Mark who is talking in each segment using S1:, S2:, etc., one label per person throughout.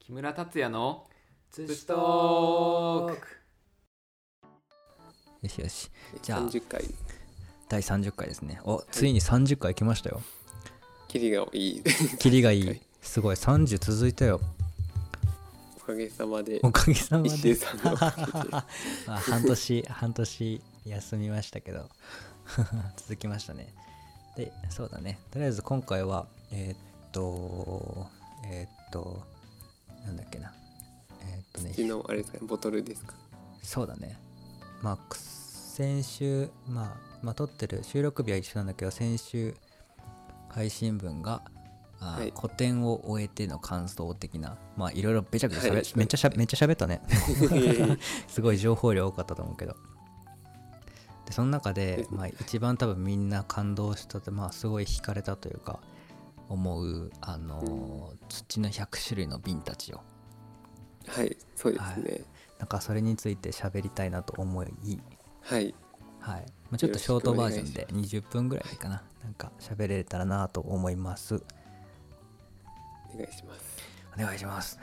S1: 木村達也の
S2: ツ
S1: 寿司トーク
S3: よしよしじゃあ
S2: 30回
S3: 第30回ですねおついに30回来ましたよ
S2: キリがいい
S3: キリがい
S2: はいい
S3: すごい30続いたよ
S2: おかげさまで
S3: おかげさま
S2: 一周
S3: で、
S2: さんのおかげで
S3: まあ、半年半年休みましたけど 続きましたねでそうだねとりあえず今回はえーっとえーっとなんだっけなえーっとね
S2: 昨日あれですかねボトルですか
S3: そうだねまあく先週、まあ、まあ撮ってる収録日は一緒なんだけど先週配信分が、あー
S2: はい
S3: 個展を終えての感想的なまあいろいろべちゃくちゃしゃべ、
S2: はい
S3: めっちゃしゃめっちゃ喋っ たねすごい情報量多かったと思うけどでその中で、まあ、一番多分みんな感動したとまあすごい惹かれたというか思うあのー土の100種類の瓶たちを
S2: はいそうですね
S3: なんかそれについて喋りたいなと思い
S2: はい、
S3: はいまあ、ちょっとショートバージョンで20分ぐらいかな、なんか喋れたらなと思います。
S2: お願いします
S3: お願いします。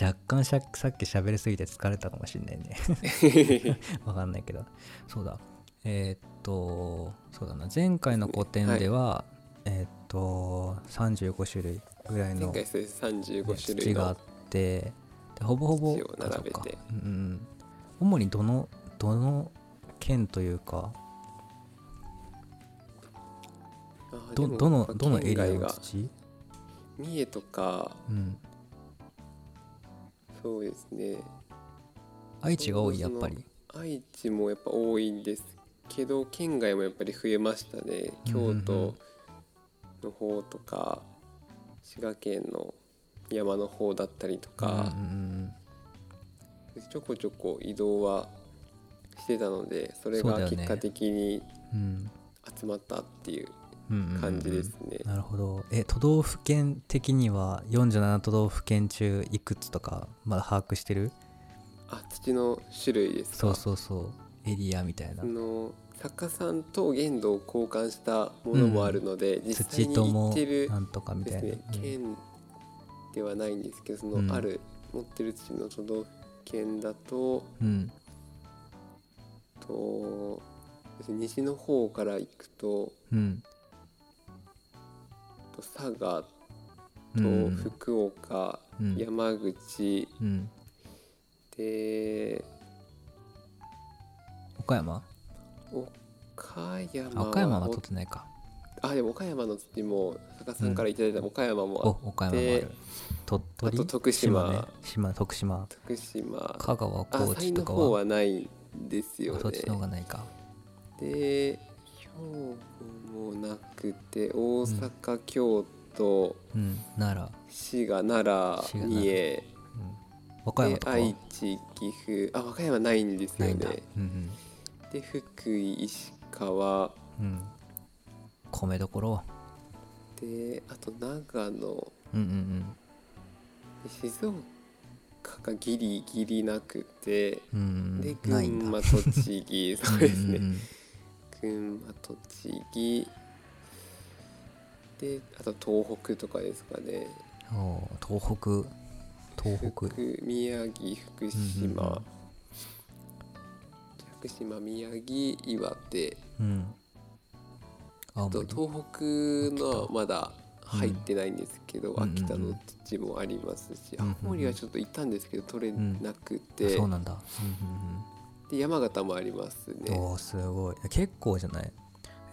S3: 若干しゃさっき喋りすぎて疲れたかもしれないね。わかんないけど、そうだ、えーっと、そうだな、前回の個展では、えーっと、35種類ぐらいの
S2: 前回そうです35種類
S3: 土が
S2: の
S3: あって、でほぼほぼ
S2: 土を並べて
S3: あそっかうんうん、主にどのどの県というか
S2: あー
S3: ど
S2: でも
S3: どの
S2: まあ
S3: どの
S2: 県
S3: エリア
S2: 外
S3: の
S2: が
S3: 土
S2: 三重とか
S3: うん、
S2: そうですね
S3: 愛知が多い
S2: そ
S3: やっ
S2: の
S3: ぱり
S2: 愛知もやっぱ多いんですけど県外もやっぱり増えましたね京都の方とか滋賀県の山の方だったりとか
S3: うん、うん
S2: ちょこちょこ移動はしてたのでそれ
S3: そうだ
S2: が
S3: よね
S2: 結果的に
S3: うん
S2: 集まったっていう
S3: うんうんうん
S2: 感じですね、
S3: なるほどえ都道府県的には47都道府県中いくつとかまだ把握してる
S2: あ土の種類ですか
S3: そうそうそうエリアみたいな
S2: あの作家さんと限度を交換したものもあるので、実際
S3: 土
S2: に
S3: と
S2: 行っ
S3: も
S2: てる
S3: なんとかみ
S2: で
S3: た
S2: す
S3: いな
S2: ね、県ではないんですけどその、
S3: うん
S2: ある持ってる土の都道府県だと
S3: うんうん
S2: とですね西の方から行くと
S3: うん
S2: と佐賀
S3: うんう
S2: と
S3: ん
S2: 福岡、
S3: うん
S2: 山口
S3: うん
S2: で
S3: 岡山
S2: 岡山
S3: あ
S2: は
S3: 岡山は取ってないか
S2: あでも岡山の土も坂さんからいただいた岡山
S3: お
S2: もあ
S3: 岡山もあ
S2: で
S3: る鳥
S2: あ
S3: 取
S2: と徳島
S3: ね島徳島
S2: 福島
S3: 香川
S2: あ
S3: 高知
S2: 山陰
S3: と
S2: の
S3: か
S2: 方
S3: は
S2: はないんですよ
S3: あ
S2: ね
S3: そっちの方がないか
S2: で兵庫もなくて大阪、京都
S3: うん奈良
S2: 滋賀奈良
S3: 滋賀
S2: 三重
S3: うん和歌山
S2: で
S3: とかは
S2: 愛知岐阜あ和歌山ないんですよ
S3: ないん
S2: ね
S3: だ、うん
S2: で福井石川
S3: うんうん米どころ
S2: であと長野
S3: うんうん
S2: で静岡がギリギリなくて
S3: うんうん
S2: で
S3: ないん
S2: 群
S3: だ
S2: 馬栃 木そうです
S3: うんう
S2: ね
S3: ん
S2: 群馬栃木であと東北とかですかね
S3: うんおー東北東北
S2: 宮城福島、
S3: うんうんうん
S2: 福島宮城岩手
S3: うん青
S2: と東
S3: 森
S2: 北のはまだ入ってないんですけど、
S3: うん
S2: 秋田の土もありますし、
S3: うんうんうん
S2: 青森はちょっと行ったんですけど取れなくて、
S3: あそうなんだうんうんうん
S2: で山形もありますね
S3: おーすごいいや結構じゃない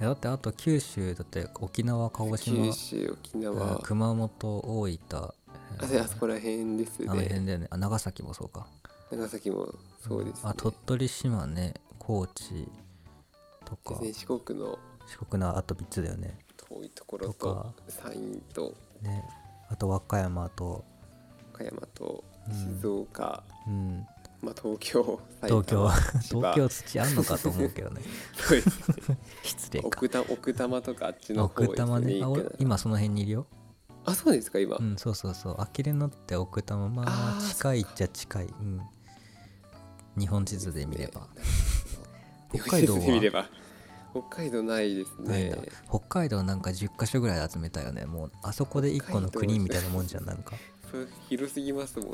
S3: えだってあと九州だって沖縄鹿児島
S2: 九州沖縄、
S3: うん熊本大分
S2: あであそこら辺です
S3: あの
S2: ね
S3: 辺だよねあ長崎もそうか
S2: 長崎もそうですね
S3: あ鳥取島根高知とか
S2: ですね四国の
S3: 四国のあと3つだよね
S2: 遠いところ
S3: と
S2: と
S3: か
S2: 山陰と
S3: ねあと和歌山と、
S2: 岡山と
S3: うん
S2: 静岡、
S3: うん、
S2: まあ、東京
S3: 東京
S2: 千葉
S3: 東京土あんのかと思うけ どね
S2: そうです
S3: 失礼か
S2: 奥多奥多摩とかあっちの方
S3: 奥
S2: です
S3: 多摩ねあ
S2: 行
S3: 俺
S2: くな
S3: 今その辺にいるよ
S2: あそうですか今、
S3: うんそうそうそうあきれのって奥多摩まあ
S2: あー
S3: 近いっちゃ近いうん日本地図で見れば
S2: ね
S3: 北海道は
S2: 地図で見れば北海道ないです
S3: ない
S2: ね
S3: んだ北海道なんか10カ所ぐらい集めたよねもうあそこで1個の国みたいなもんじゃんなんか
S2: それ広すぎますもんね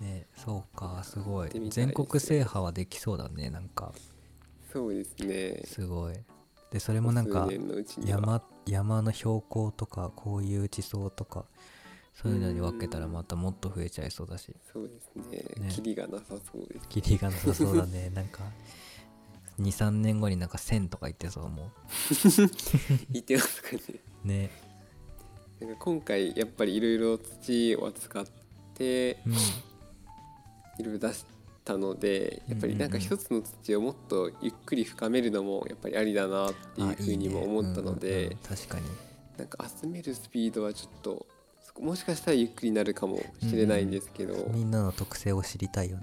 S3: ねそうかすごい
S2: ってみたいです
S3: 全国制覇はできそうだねなんか
S2: そうですね
S3: すごいでそれもなんか
S2: 数年のうちには
S3: 山山の標高とかこういう地層とかそういうのに分けたらまたもっと増えちゃいそうだし
S2: そうですね
S3: ね
S2: キリがなさそうです
S3: キリがなさそう だねなんか23年後になんか1000とか言ってそうも
S2: 言ってますかね
S3: うね
S2: なんか今回やっぱりいろいろ土を使って
S3: うん
S2: いろいろ出したのでやっぱりなんか
S3: うんうんう
S2: 一
S3: ん
S2: つの土をもっとゆっくり深めるのもやっぱりありだなっていう
S3: あ
S2: ふうにも
S3: ね
S2: 思ったの
S3: うんうんう
S2: で
S3: ん確かに
S2: なんか集めるスピードはちょっとそこもしかしたらゆっくりになるかもしれないんですけど、
S3: みんなの特性を知りたいよ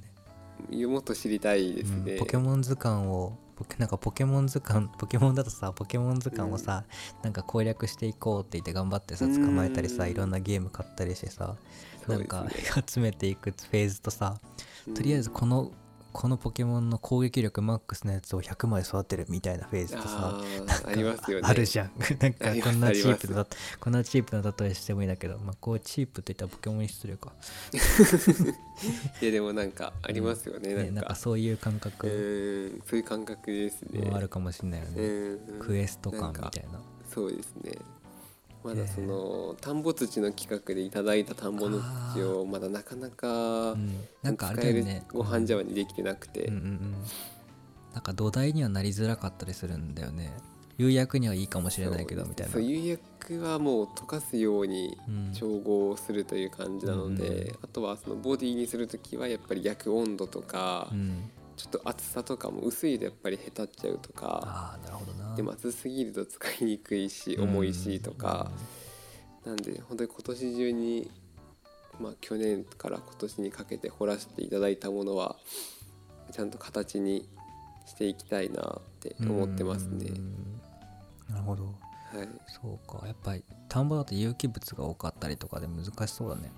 S3: ね
S2: もっと知りたいです
S3: う
S2: ね
S3: ん、。ポケモン図鑑をポケなんかポケモン図鑑 ポケモンだとさポケモン図鑑をさ、なんか攻略していこうって言って頑張ってさ
S2: う
S3: 捕
S2: ん
S3: まえたりさいろんなゲーム買ったりしてさ、
S2: そうで
S3: な
S2: すね
S3: んか 集めていくフェーズとさとりあえずこのこのポケモンの攻撃力マックスのやつを100枚育てるみたいなフェーズとさ
S2: あーありますよね。
S3: あるじゃん なんか
S2: ありま
S3: こ
S2: す
S3: んなチー
S2: あ
S3: プ
S2: り
S3: だこんなチープな例えしてもいいんだけど、まあ、こうチープといったらポケモンに失礼か,、
S2: いやでもなんかありますよね。
S3: ね、
S2: な
S3: なんん
S2: か
S3: かそういう感
S2: う
S3: 覚
S2: ーんそういう感覚ですね。
S3: もあるかもしれないよ
S2: う
S3: ね、
S2: ん
S3: クエスト感
S2: なん
S3: み
S2: か
S3: たいな
S2: そうですね。まだその田んぼ土の企画でいただいた田んぼの土をまだなかなか
S3: うん、なんかあれだ
S2: 使え
S3: よ
S2: る
S3: ね
S2: ご飯茶
S3: わ
S2: 碗にできてなくて、
S3: うんうんうんなんか土台にはなりづらかったりするんだよね釉薬にはいいかもしれないけどみたいな
S2: そう釉薬はもう溶かすように
S3: うん
S2: 調合するという感じなので、
S3: うん
S2: あとはそのボディにする時はやっぱり焼く温度とか、
S3: うん
S2: ちょっと厚さとかも薄いとやっぱりへたっちゃうとか
S3: ああなるほどな
S2: でも厚すぎると使いにくいし重いしとか、なんで本当に今年中に、まあ、去年から今年にかけて掘らせていただいたものはちゃんと形にしていきたいなって
S3: うん
S2: 思ってますね。
S3: うんなるほど
S2: はい、
S3: そうかやっぱり田んぼだと有機物が多かったりとかで難しそうだね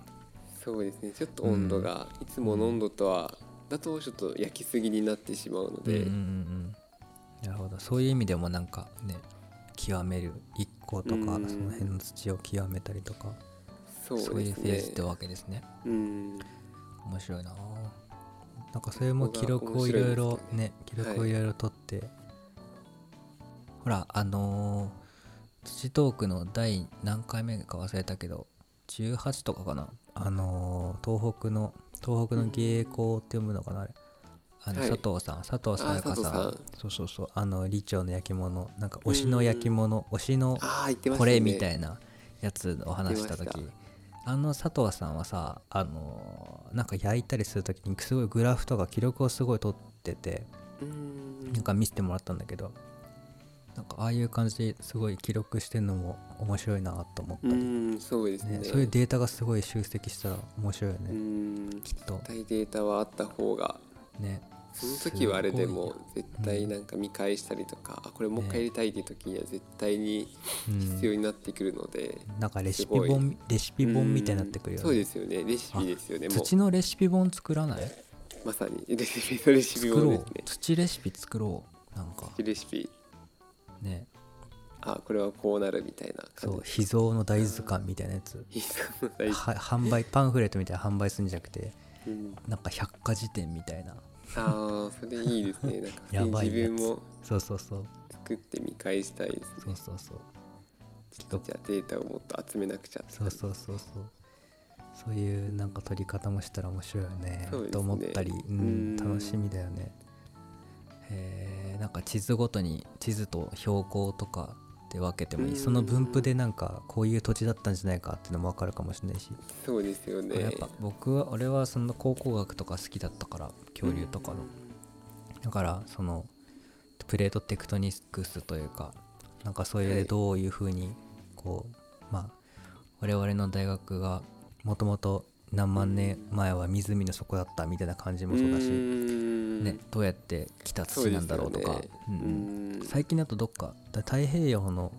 S2: そうですねちょっと温度がいつもの温度とは、だとちょっと焼きすぎになってしまうので、
S3: うんうんうんなるほどそういう意味でもなんかね極める一個とか
S2: う
S3: そ
S2: ん
S3: の辺の土を極めたりとか
S2: そう
S3: そうい
S2: で
S3: う
S2: す
S3: フェーズ
S2: ね
S3: ってわけですね
S2: うん
S3: 面白いななんかそれも記録をい
S2: ここが面白い
S3: ろいろ
S2: ですよね
S3: ね記録をいろいろ取って、ほらあのー土トークの第何回目か忘れたけど18とかかなあのー東北の東北の芸工って読むのかなあれあの
S2: はい
S3: 佐藤さん、佐藤さやかさん
S2: あ佐藤
S3: そうそうそうあの理長の焼き物なんか推しの焼き物推しの
S2: ああ言ってました
S3: こ
S2: ね
S3: れみたいなやつのお話した
S2: 言って
S3: 時
S2: ま
S3: あの佐藤さんはさあのなんか焼いたりする時にすごいグラフとか記録をすごい取ってて
S2: うん
S3: なんか見せてもらったんだけどなんかああいう感じですごい記録してるのも面白いなと思った
S2: う
S3: り、
S2: んそうですね
S3: ね、そういうデータがすごい集積したら面白いよね、
S2: うん
S3: きっと
S2: 大データはあった方が
S3: ね
S2: その時はあれでも
S3: す
S2: 絶対なんか見返したりとか、あこれもう一回やりたいっていう時には絶対に
S3: ごいよ
S2: 必要になってくるので、
S3: うん、なんかレシピ
S2: すご
S3: 本レシピ本みたいになってくるよね
S2: そうですよねレシピですよねも
S3: 土のレシピ本作らない
S2: まさに レシピのレシピ
S3: 作
S2: 本
S3: ろ
S2: です
S3: う
S2: ね
S3: 土レシピ作ろうなんか
S2: レシピ
S3: ね
S2: あこれはこうなるみたいな
S3: そ
S2: 感
S3: う
S2: じ
S3: 秘蔵の大図鑑みたいなやつ
S2: ですその大事
S3: は販売パンフレットみたいな販売するんじゃなくて
S2: うん
S3: なんか百科事典みたいな
S2: ああそれいいですねなんか
S3: やばいやつ
S2: 自分も
S3: そうそうそう
S2: 作って見返したいです
S3: そうそうそう
S2: ちょっとじゃあデータをもっと集めなくちゃって
S3: そうそうそうそうそういうなんか取り方もしたら面白いよね
S2: そうですね
S3: と思ったり、う、
S2: うんん
S3: 楽しみだよねえーなんか地図ごとに地図と標高とかで分けてもいいその分布でなんかこういう土地だったんじゃないかっていうのも分かるかもしれないし
S2: そうですよね
S3: やっぱ僕は俺はその考古学とか好きだったから恐竜とかの、だからそのプレートテクトニクスというかなんかそういう
S2: は
S3: で
S2: い
S3: どういうふうにこうまあ我々の大学がもともと何万年前は湖の底だったみたいな感じもそうだ
S2: う
S3: し、
S2: ん
S3: ね、どうやって来た土なんだろうとか
S2: そうですよね
S3: うんうん
S2: うん
S3: 最近だとどっかだ太平洋の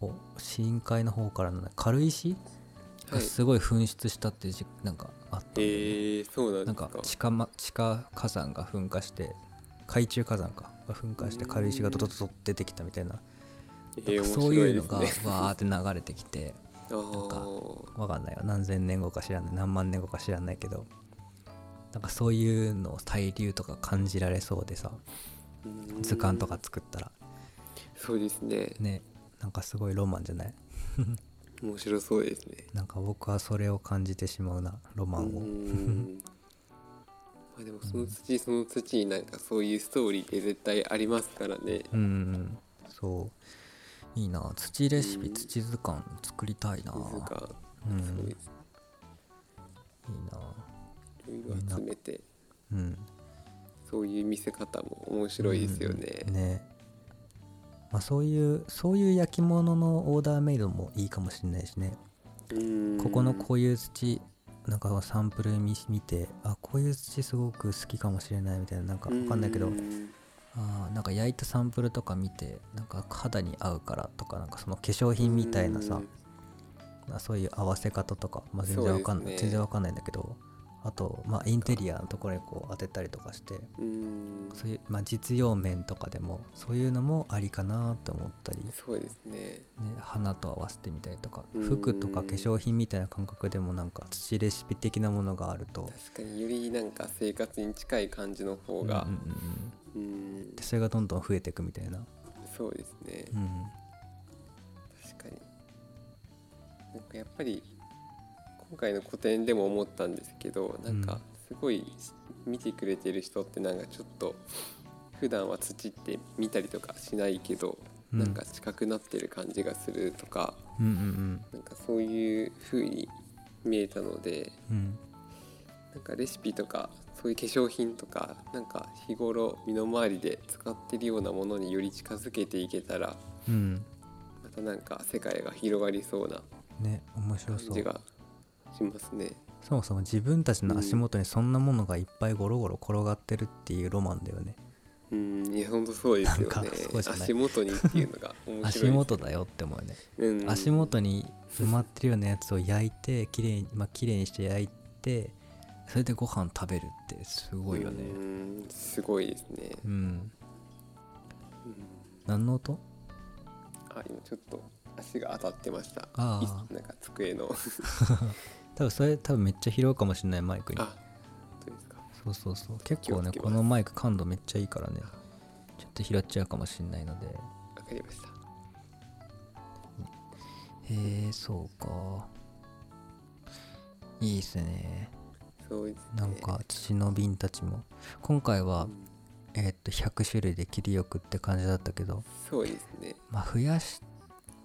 S3: お深海の方からのね軽石
S2: は
S3: が
S2: い
S3: すごい噴出したっていうじなんかあったんだよね
S2: えー、そうな
S3: な
S2: です
S3: んんか
S2: か
S3: 地下,、ま、地下火山が噴火して海中火山かが噴火して軽石がドドドドって出てきたみたいな
S2: え
S3: なん
S2: ー
S3: か
S2: 面
S3: そう
S2: 白
S3: いう
S2: い
S3: の
S2: で
S3: が
S2: す
S3: わ
S2: ね。
S3: ーって流れてきて
S2: あ
S3: なんか
S2: ー
S3: わかんないよ何千年後か知らない何万年後か知らないけどなんかそういうのを対流とか感じられそうでさ
S2: うん
S3: 図鑑とか作ったら
S2: そうですね。
S3: ねなんかすごいロマンじゃない
S2: 面白そうですね。
S3: なんか僕はそれを感じてしまうなロマ
S2: う
S3: ンを
S2: ん。まあでもその土その土になんかそういうストーリーって絶対ありますからね。
S3: うんうんそういいな土レシ
S2: う
S3: ピ
S2: ん
S3: 土図鑑作りたいな
S2: 水が
S3: うん
S2: そうで
S3: い
S2: す。
S3: いない
S2: ろいろ集めて
S3: うん
S2: そういう見せ方も面白いですよね。
S3: ねまあそういうそういう焼き物のオーダーメイドもいいかもしれないしね
S2: うん
S3: ここのこういう土なんかサンプル見見てあこういう土すごく好きかもしれないみたいななんかわかんないけ
S2: う
S3: ど
S2: ん
S3: あーなんか焼いたサンプルとか見てなんか肌に合うからとかなんかその化粧品みたいなさ
S2: うん
S3: まあそういう合わせ方とか、まあ、全然わかん
S2: そう
S3: ない、
S2: ですね
S3: 全然わかんないんだけどあとまあインテリアのところにこう当てたりとかして
S2: うん
S3: そういう、まあ、実用面とかでもそういうのもありかなと思ったり、ね、
S2: そうですね。
S3: 花と合わせてみたりとか
S2: うん
S3: 服とか化粧品みたいな感覚でもなんか土レシピ的なものがあると
S2: 確かによりなんか生活に近い感じの方が
S3: うんうん、うん
S2: うん
S3: でそれがどんどん増えていくみたいな、
S2: そうですね
S3: う。ん、
S2: 確かになんかやっぱり今回の個展でも思ったんですけどなん
S3: うん
S2: かすごいし見てくれてる人ってなんかちょっと普段は土って見たりとかしないけど、
S3: うん
S2: なんか近くなってる感じがするとか
S3: うんうん
S2: なんかそういう風に見えたので
S3: うんうん
S2: なんかレシピとかそういう化粧品とかなんか日頃身の回りで使ってるようなものにより近づけていけたら
S3: うん
S2: またなんか世界が広がりそうな
S3: ね面白
S2: 感
S3: そ
S2: じ
S3: う
S2: がしますね。
S3: そもそも自分たちの足元にそんなものがいっぱいゴロゴロ転がってるっていうロマンだよね
S2: うん、いや本当そうですよ
S3: なん
S2: ね
S3: かそうじゃない
S2: 足元にっていうのが面白い
S3: 足元だよって思うね
S2: うん
S3: 足元に埋まってるようなやつを焼いてきれいに、まあ、綺麗にして焼いてそれでご飯食べるってすごいよ
S2: う
S3: ね
S2: んすごいですね、
S3: うん、
S2: うん
S3: 何の音
S2: あ今ちょっと足が当たってました
S3: あ
S2: い
S3: あ
S2: なんか机の
S3: 多分それ多分めっちゃ拾うかもしれないマイクに
S2: あ本当ですか
S3: そうそうそう結構
S2: 気
S3: ね
S2: をつけます
S3: このマイク感度めっちゃいいからねちょっと拾っちゃうかもしれないので
S2: わかりました
S3: へえそうかいいっすね
S2: そうですね
S3: なんか土の瓶たちも今回はえーっと100種類で切りよくって感じだったけど
S2: そうですね
S3: まあ増やし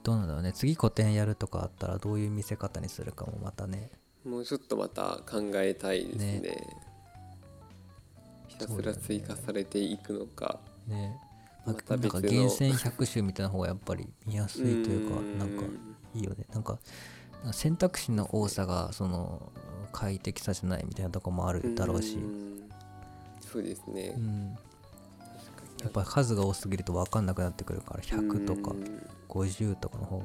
S3: どうなんだろうね次個展やるとかあったらどういう見せ方にするかもまたね
S2: もうちょっとまた考えたいですね
S3: ね
S2: ひたすら追加されていくのか、
S3: ね、まあ
S2: また
S3: なん
S2: 別
S3: か
S2: の
S3: 厳選100種みたいな方がやっぱり見やすいというか
S2: うん
S3: なんかいいよねなんかなんか選択肢の多さがその快適さじゃないみたいなとこもあるだろうし、
S2: んそうですね、
S3: うん、
S2: 確かに
S3: やっぱり数が多すぎると分かんなくなってくるから100とか
S2: うん
S3: 50とかの方が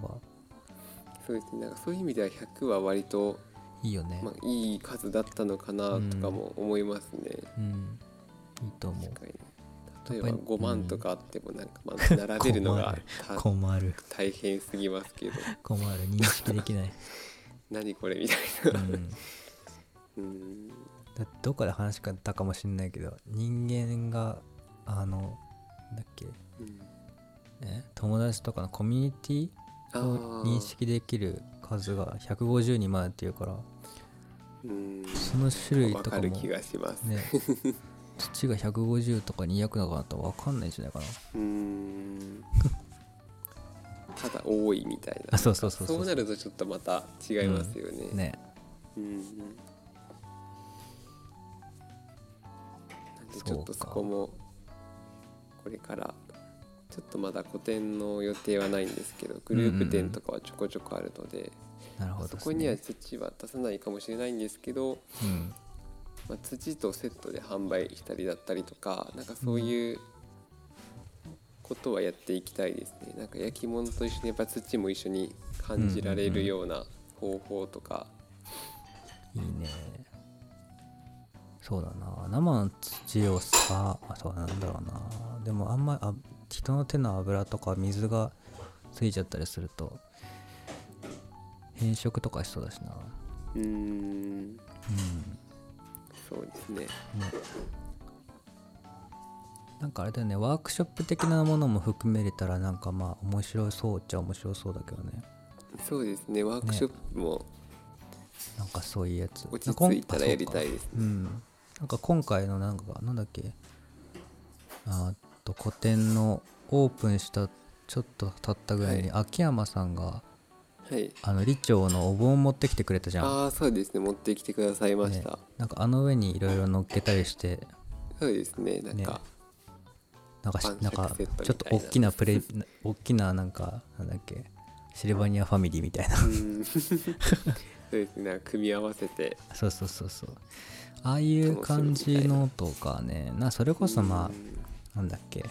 S2: そうですねなんかそういう意味では100は割と、
S3: いいよね
S2: まあ、いい数だったのかなとかも思いますね、
S3: うんいいと思う
S2: 確かに例えば
S3: やっぱり
S2: 5万とかあってもなんかまあ並べるのがた
S3: 困る
S2: 大変すぎますけど
S3: 困る認識でき ない、
S2: 何これみたい
S3: うん
S2: なうん
S3: だってどっかで話があったかもしれないけど人間があのなんだっけ、
S2: うん
S3: ね、友達とかのコミュニティを
S2: あー
S3: 認識できる数が150人までっていうから
S2: うん
S3: その種類
S2: わ
S3: と
S2: か
S3: かも
S2: る
S3: ね
S2: 気がします、
S3: 土が150とか200だからったら分かんないんじゃないかな
S2: うんただ多いみたいな
S3: あそうそうそうそう
S2: そうなるとちょっとまた違いますよね、
S3: ね
S2: うんうんなんでちょっと
S3: そうか
S2: そこもこれからちょっとまだ個展の予定はないんですけどグループ展とかはちょこちょこあるので、
S3: なるほど
S2: そ
S3: ですね
S2: こには土は出さないかもしれないんですけど、
S3: うん
S2: まあ、土とセットで販売したりだったりとかなんかそういうことはやっていきたいですねなんか焼き物と一緒にやっぱ土も一緒に感じられるような方法とか、
S3: いいねそうだな生の土をさあそうなんだろうなでもあんまあ人の手の油とか水がついちゃったりすると変色とかしそうだしな
S2: うーん
S3: うん
S2: そうですね
S3: なんかあれだよねワークショップ的なものも含めれたらなんかまあ面白そうっちゃ面白そうだけどね
S2: そうですねワークショップも
S3: なんかそういうやつ
S2: 落ち着いたらやり
S3: い
S2: たいです
S3: うん、なんか今回のなんかなんだっけあーっと個展のオープンしたちょっと経ったぐらいに秋山さん
S2: は
S3: が
S2: い
S3: あの李長のお盆持ってきてくれたじゃん、
S2: ああそうですね持ってきてくださいました、
S3: ねなんかあの上にいろいろ乗っけたりして
S2: そうですねなんか、
S3: なんかし
S2: 晩酌
S3: なんか
S2: セットみたいな
S3: ちょっと大きなプレな大きななんかなんだっけシルバニアファミリーみたいな
S2: うんそうですねなんか組み合わせて
S3: そうそうそうそうああいう感じのとかねなそれこそまあ、なんだっけ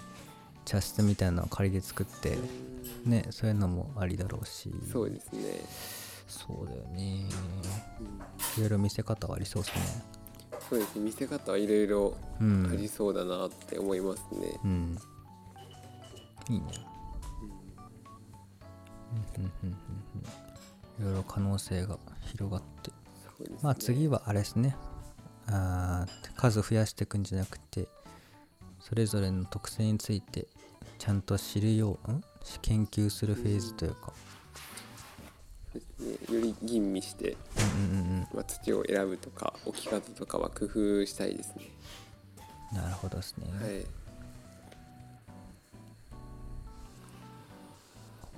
S3: 茶室みたいなのを仮で作ってねそういうのもありだろうし
S2: そうですね
S3: そうだよねいろいろ見せ方はありそうですね
S2: そうですね見せ方はいろいろ
S3: う
S2: あり
S3: ん、
S2: そうだなって思いますね、
S3: うん、いいねうんうんうんうんうんいろいろ可能性が広がって
S2: そうですね
S3: まあ次はあれですねあー数増やしていくんじゃなくてそれぞれの特性についてちゃんと知るようん研究するフェーズというか
S2: そうですねより吟味して、
S3: うんうんうん
S2: まあ、土を選ぶとか置き方とかは工夫したいですね
S3: なるほどですね、
S2: はい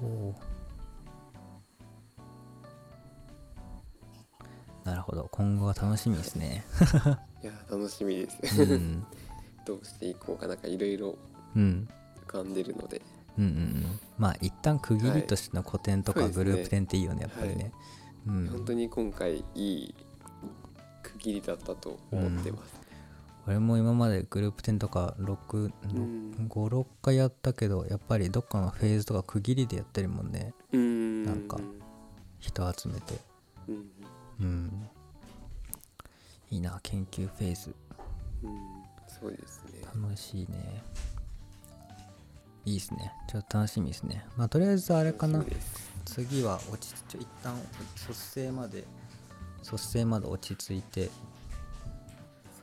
S3: おおなるほど今後が楽しみですね
S2: いや楽しみです
S3: うん
S2: どうしていこうかなんかいろいろ
S3: うん
S2: 浮かんでるので
S3: うんうんうんまあ一旦区切りとしての個展とか
S2: はい
S3: グループ展っていいよねやっぱりね、うん
S2: 本当に今回いい区切りだったと思ってます、
S3: 俺も今までグループ展とか
S2: うん
S3: 56回やったけどやっぱりどっかのフェーズとか区切りでやってるもんね
S2: うーん
S3: なんか人集めて
S2: うん
S3: うんいいな研究フェーズ
S2: うんそうですね
S3: 楽しいねいいですねちょっと楽しみですねまあとりあえずあれかな
S2: 楽しみです
S3: 次は落ち着い一旦卒生まで卒生まで落ち着いて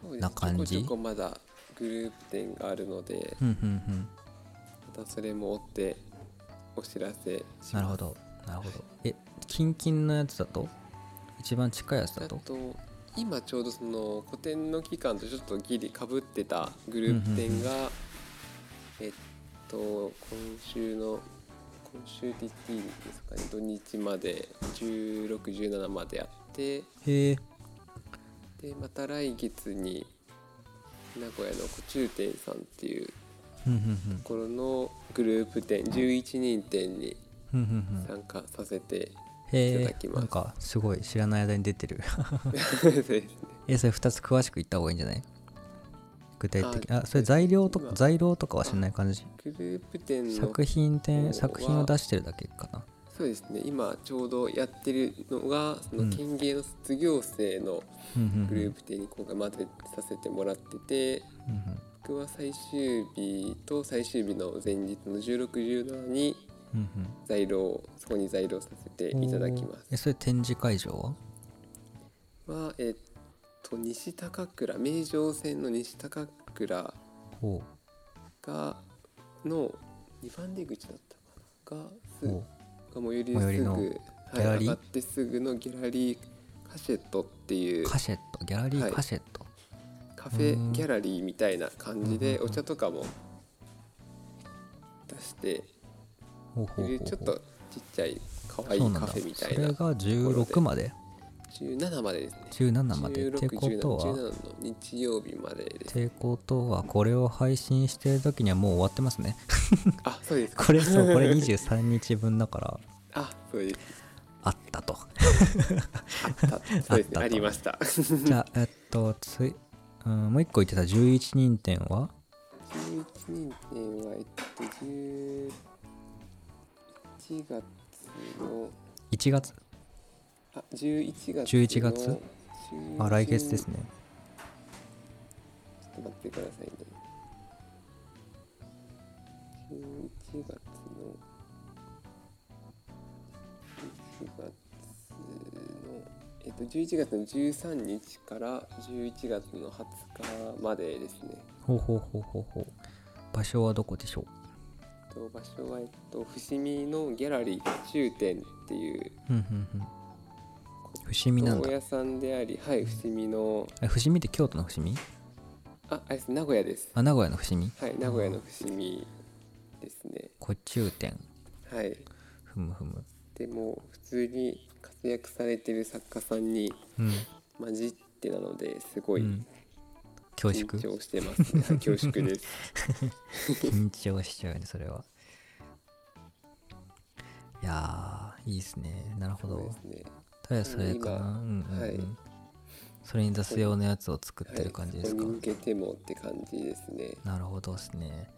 S2: そうです
S3: な感
S2: ち
S3: じ
S2: ょこちょこまだグループ展があるので
S3: うんうん
S2: またそれも追ってお知らせしま
S3: うん
S2: す
S3: なるほどなるほどえキンキンのやつだと一番近いやつだ
S2: あ
S3: と
S2: と今ちょうどその古典の期間とちょっとギリかぶってたグループ展が、えっと今週の今週的にですかね土日まで1617までやって
S3: へえ
S2: でまた来月に名古屋の古中展さんっていうと
S3: うんうんうん
S2: ころのグループ展11人展に
S3: うんうんうん
S2: 参加させて、いた
S3: へ
S2: だ
S3: え
S2: きます
S3: なんかすごい知らない間に出てる
S2: そう ですね
S3: えそれ2つ詳しく言った方がいいんじゃない具体的あそれ材料とか
S2: 今
S3: 材料とかは知らない感じ
S2: グループ展の
S3: 作品展
S2: は
S3: 作品を出してるだけかな
S2: そうですね今ちょうどやってるのがその県芸の卒業生の
S3: うんうんうん
S2: グループ展に今回混ぜさせてもらってて
S3: うんうん
S2: 僕は最終日と最終日の前日の1617に
S3: うんうん
S2: 在廊をそこに在廊させていただきま
S3: えそれ展示会場は
S2: すはえっと西高倉名城線の西高倉
S3: ほ
S2: がの2番出口だったかながす
S3: うほ
S2: が最寄り
S3: 最寄り
S2: す
S3: の
S2: ぐ
S3: ギャ
S2: は
S3: ラ
S2: い、上
S3: リー
S2: がってすぐのギャラリーカシェットっていう
S3: うカシェットギャラリ
S2: は
S3: ー
S2: い
S3: カシェット、
S2: カフェ
S3: ん
S2: ギャラリーみたいな感じで
S3: うんうん
S2: お
S3: うん
S2: 茶とかも出して
S3: ほうほうほうほう
S2: ちょっとちっちゃい可愛い
S3: そうなん
S2: カ
S3: だ
S2: フェみたい
S3: それ
S2: な
S3: が16まで
S2: 17までですね
S3: 17までってこと
S2: 1617
S3: は
S2: の日曜日までで
S3: っ
S2: す
S3: てことはこれを配信してる時にはもう終わってますね
S2: あそうです
S3: これそうこれ23日分だから
S2: あそうです
S3: あったと
S2: あ ったそうですね
S3: あった
S2: ありました
S3: じゃあえっとつい、うん、もう一個言ってた11人展は
S2: 11人点はえっと11月の
S3: 1月
S2: あ11月の
S3: 11月あ来月です
S2: ね
S3: ね
S2: ちょっと待ってくださいね。 4月の1月のえっと11月の13日から11月の20日までですね。
S3: ほうほうほうほうほう場所はどこでしょう
S2: えっと場所はえっと伏見のギャラリー中店っていう
S3: ふんふんふん伏見なん
S2: 豆
S3: だ
S2: 腐屋さんであり、はい伏見の
S3: え伏見って京都の伏見
S2: ああれです名古屋です。
S3: あ名古屋の伏見
S2: はい名古屋の伏見ですね。
S3: 古中店
S2: はい。
S3: ふむふむ
S2: でも普通に活躍されてる作家さんに
S3: うん、
S2: 混じってなのですご
S3: う
S2: い
S3: ん、恐縮
S2: 緊張してます、 ねはい恐縮です。
S3: 緊張しちゃうねそれはいやーいいですねなるほ
S2: そうで
S3: ど
S2: すね。
S3: ただそれか
S2: 今
S3: なうんうん、うん
S2: はい
S3: それに出す用のやつを作ってる感じです
S2: はい、そ
S3: か、
S2: こに向けてもって感じですね。
S3: なるほどですね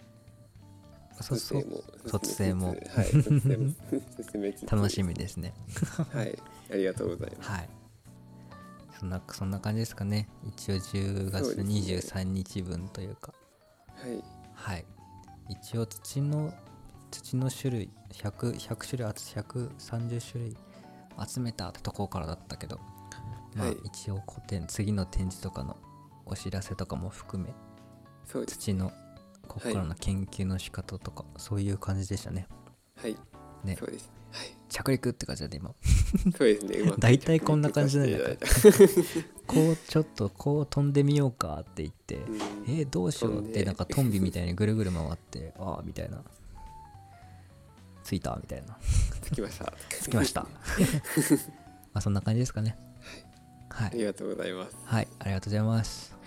S3: そそ
S2: も
S3: 卒生も
S2: はい、卒生も 進めつつ
S3: 楽しみですね
S2: はい、ありがとうございます。
S3: はいそんなそんな感じですかね一応10
S2: そう
S3: 月
S2: ですね
S3: 23日分というか
S2: はい、
S3: はい一応土の土の種類 100, 100種類あと130種類集めたってとこからだったけどまあ
S2: はい
S3: 一応古典次の展示とかのお知らせとかも含め
S2: そうです。
S3: 土のここからの研究の仕方とか、そういう感じでしたね
S2: はい、
S3: ね
S2: そうです。はい、
S3: 着陸って感じだね今
S2: そうですね。うまく
S3: 大体こんな感じなんじゃない
S2: 着陸
S3: こうちょっとこう飛んでみようかって言っ
S2: さ
S3: て、
S2: せていただいたうん
S3: えーどうしようっ
S2: 飛ん
S3: て
S2: で
S3: なんかトンビみたいにぐるぐる回ってああみたいな着いたみたいな
S2: 着きました。
S3: 着きました まあそんな感じですかね
S2: あ
S3: はい
S2: りがとうございます。
S3: はいありがとうございます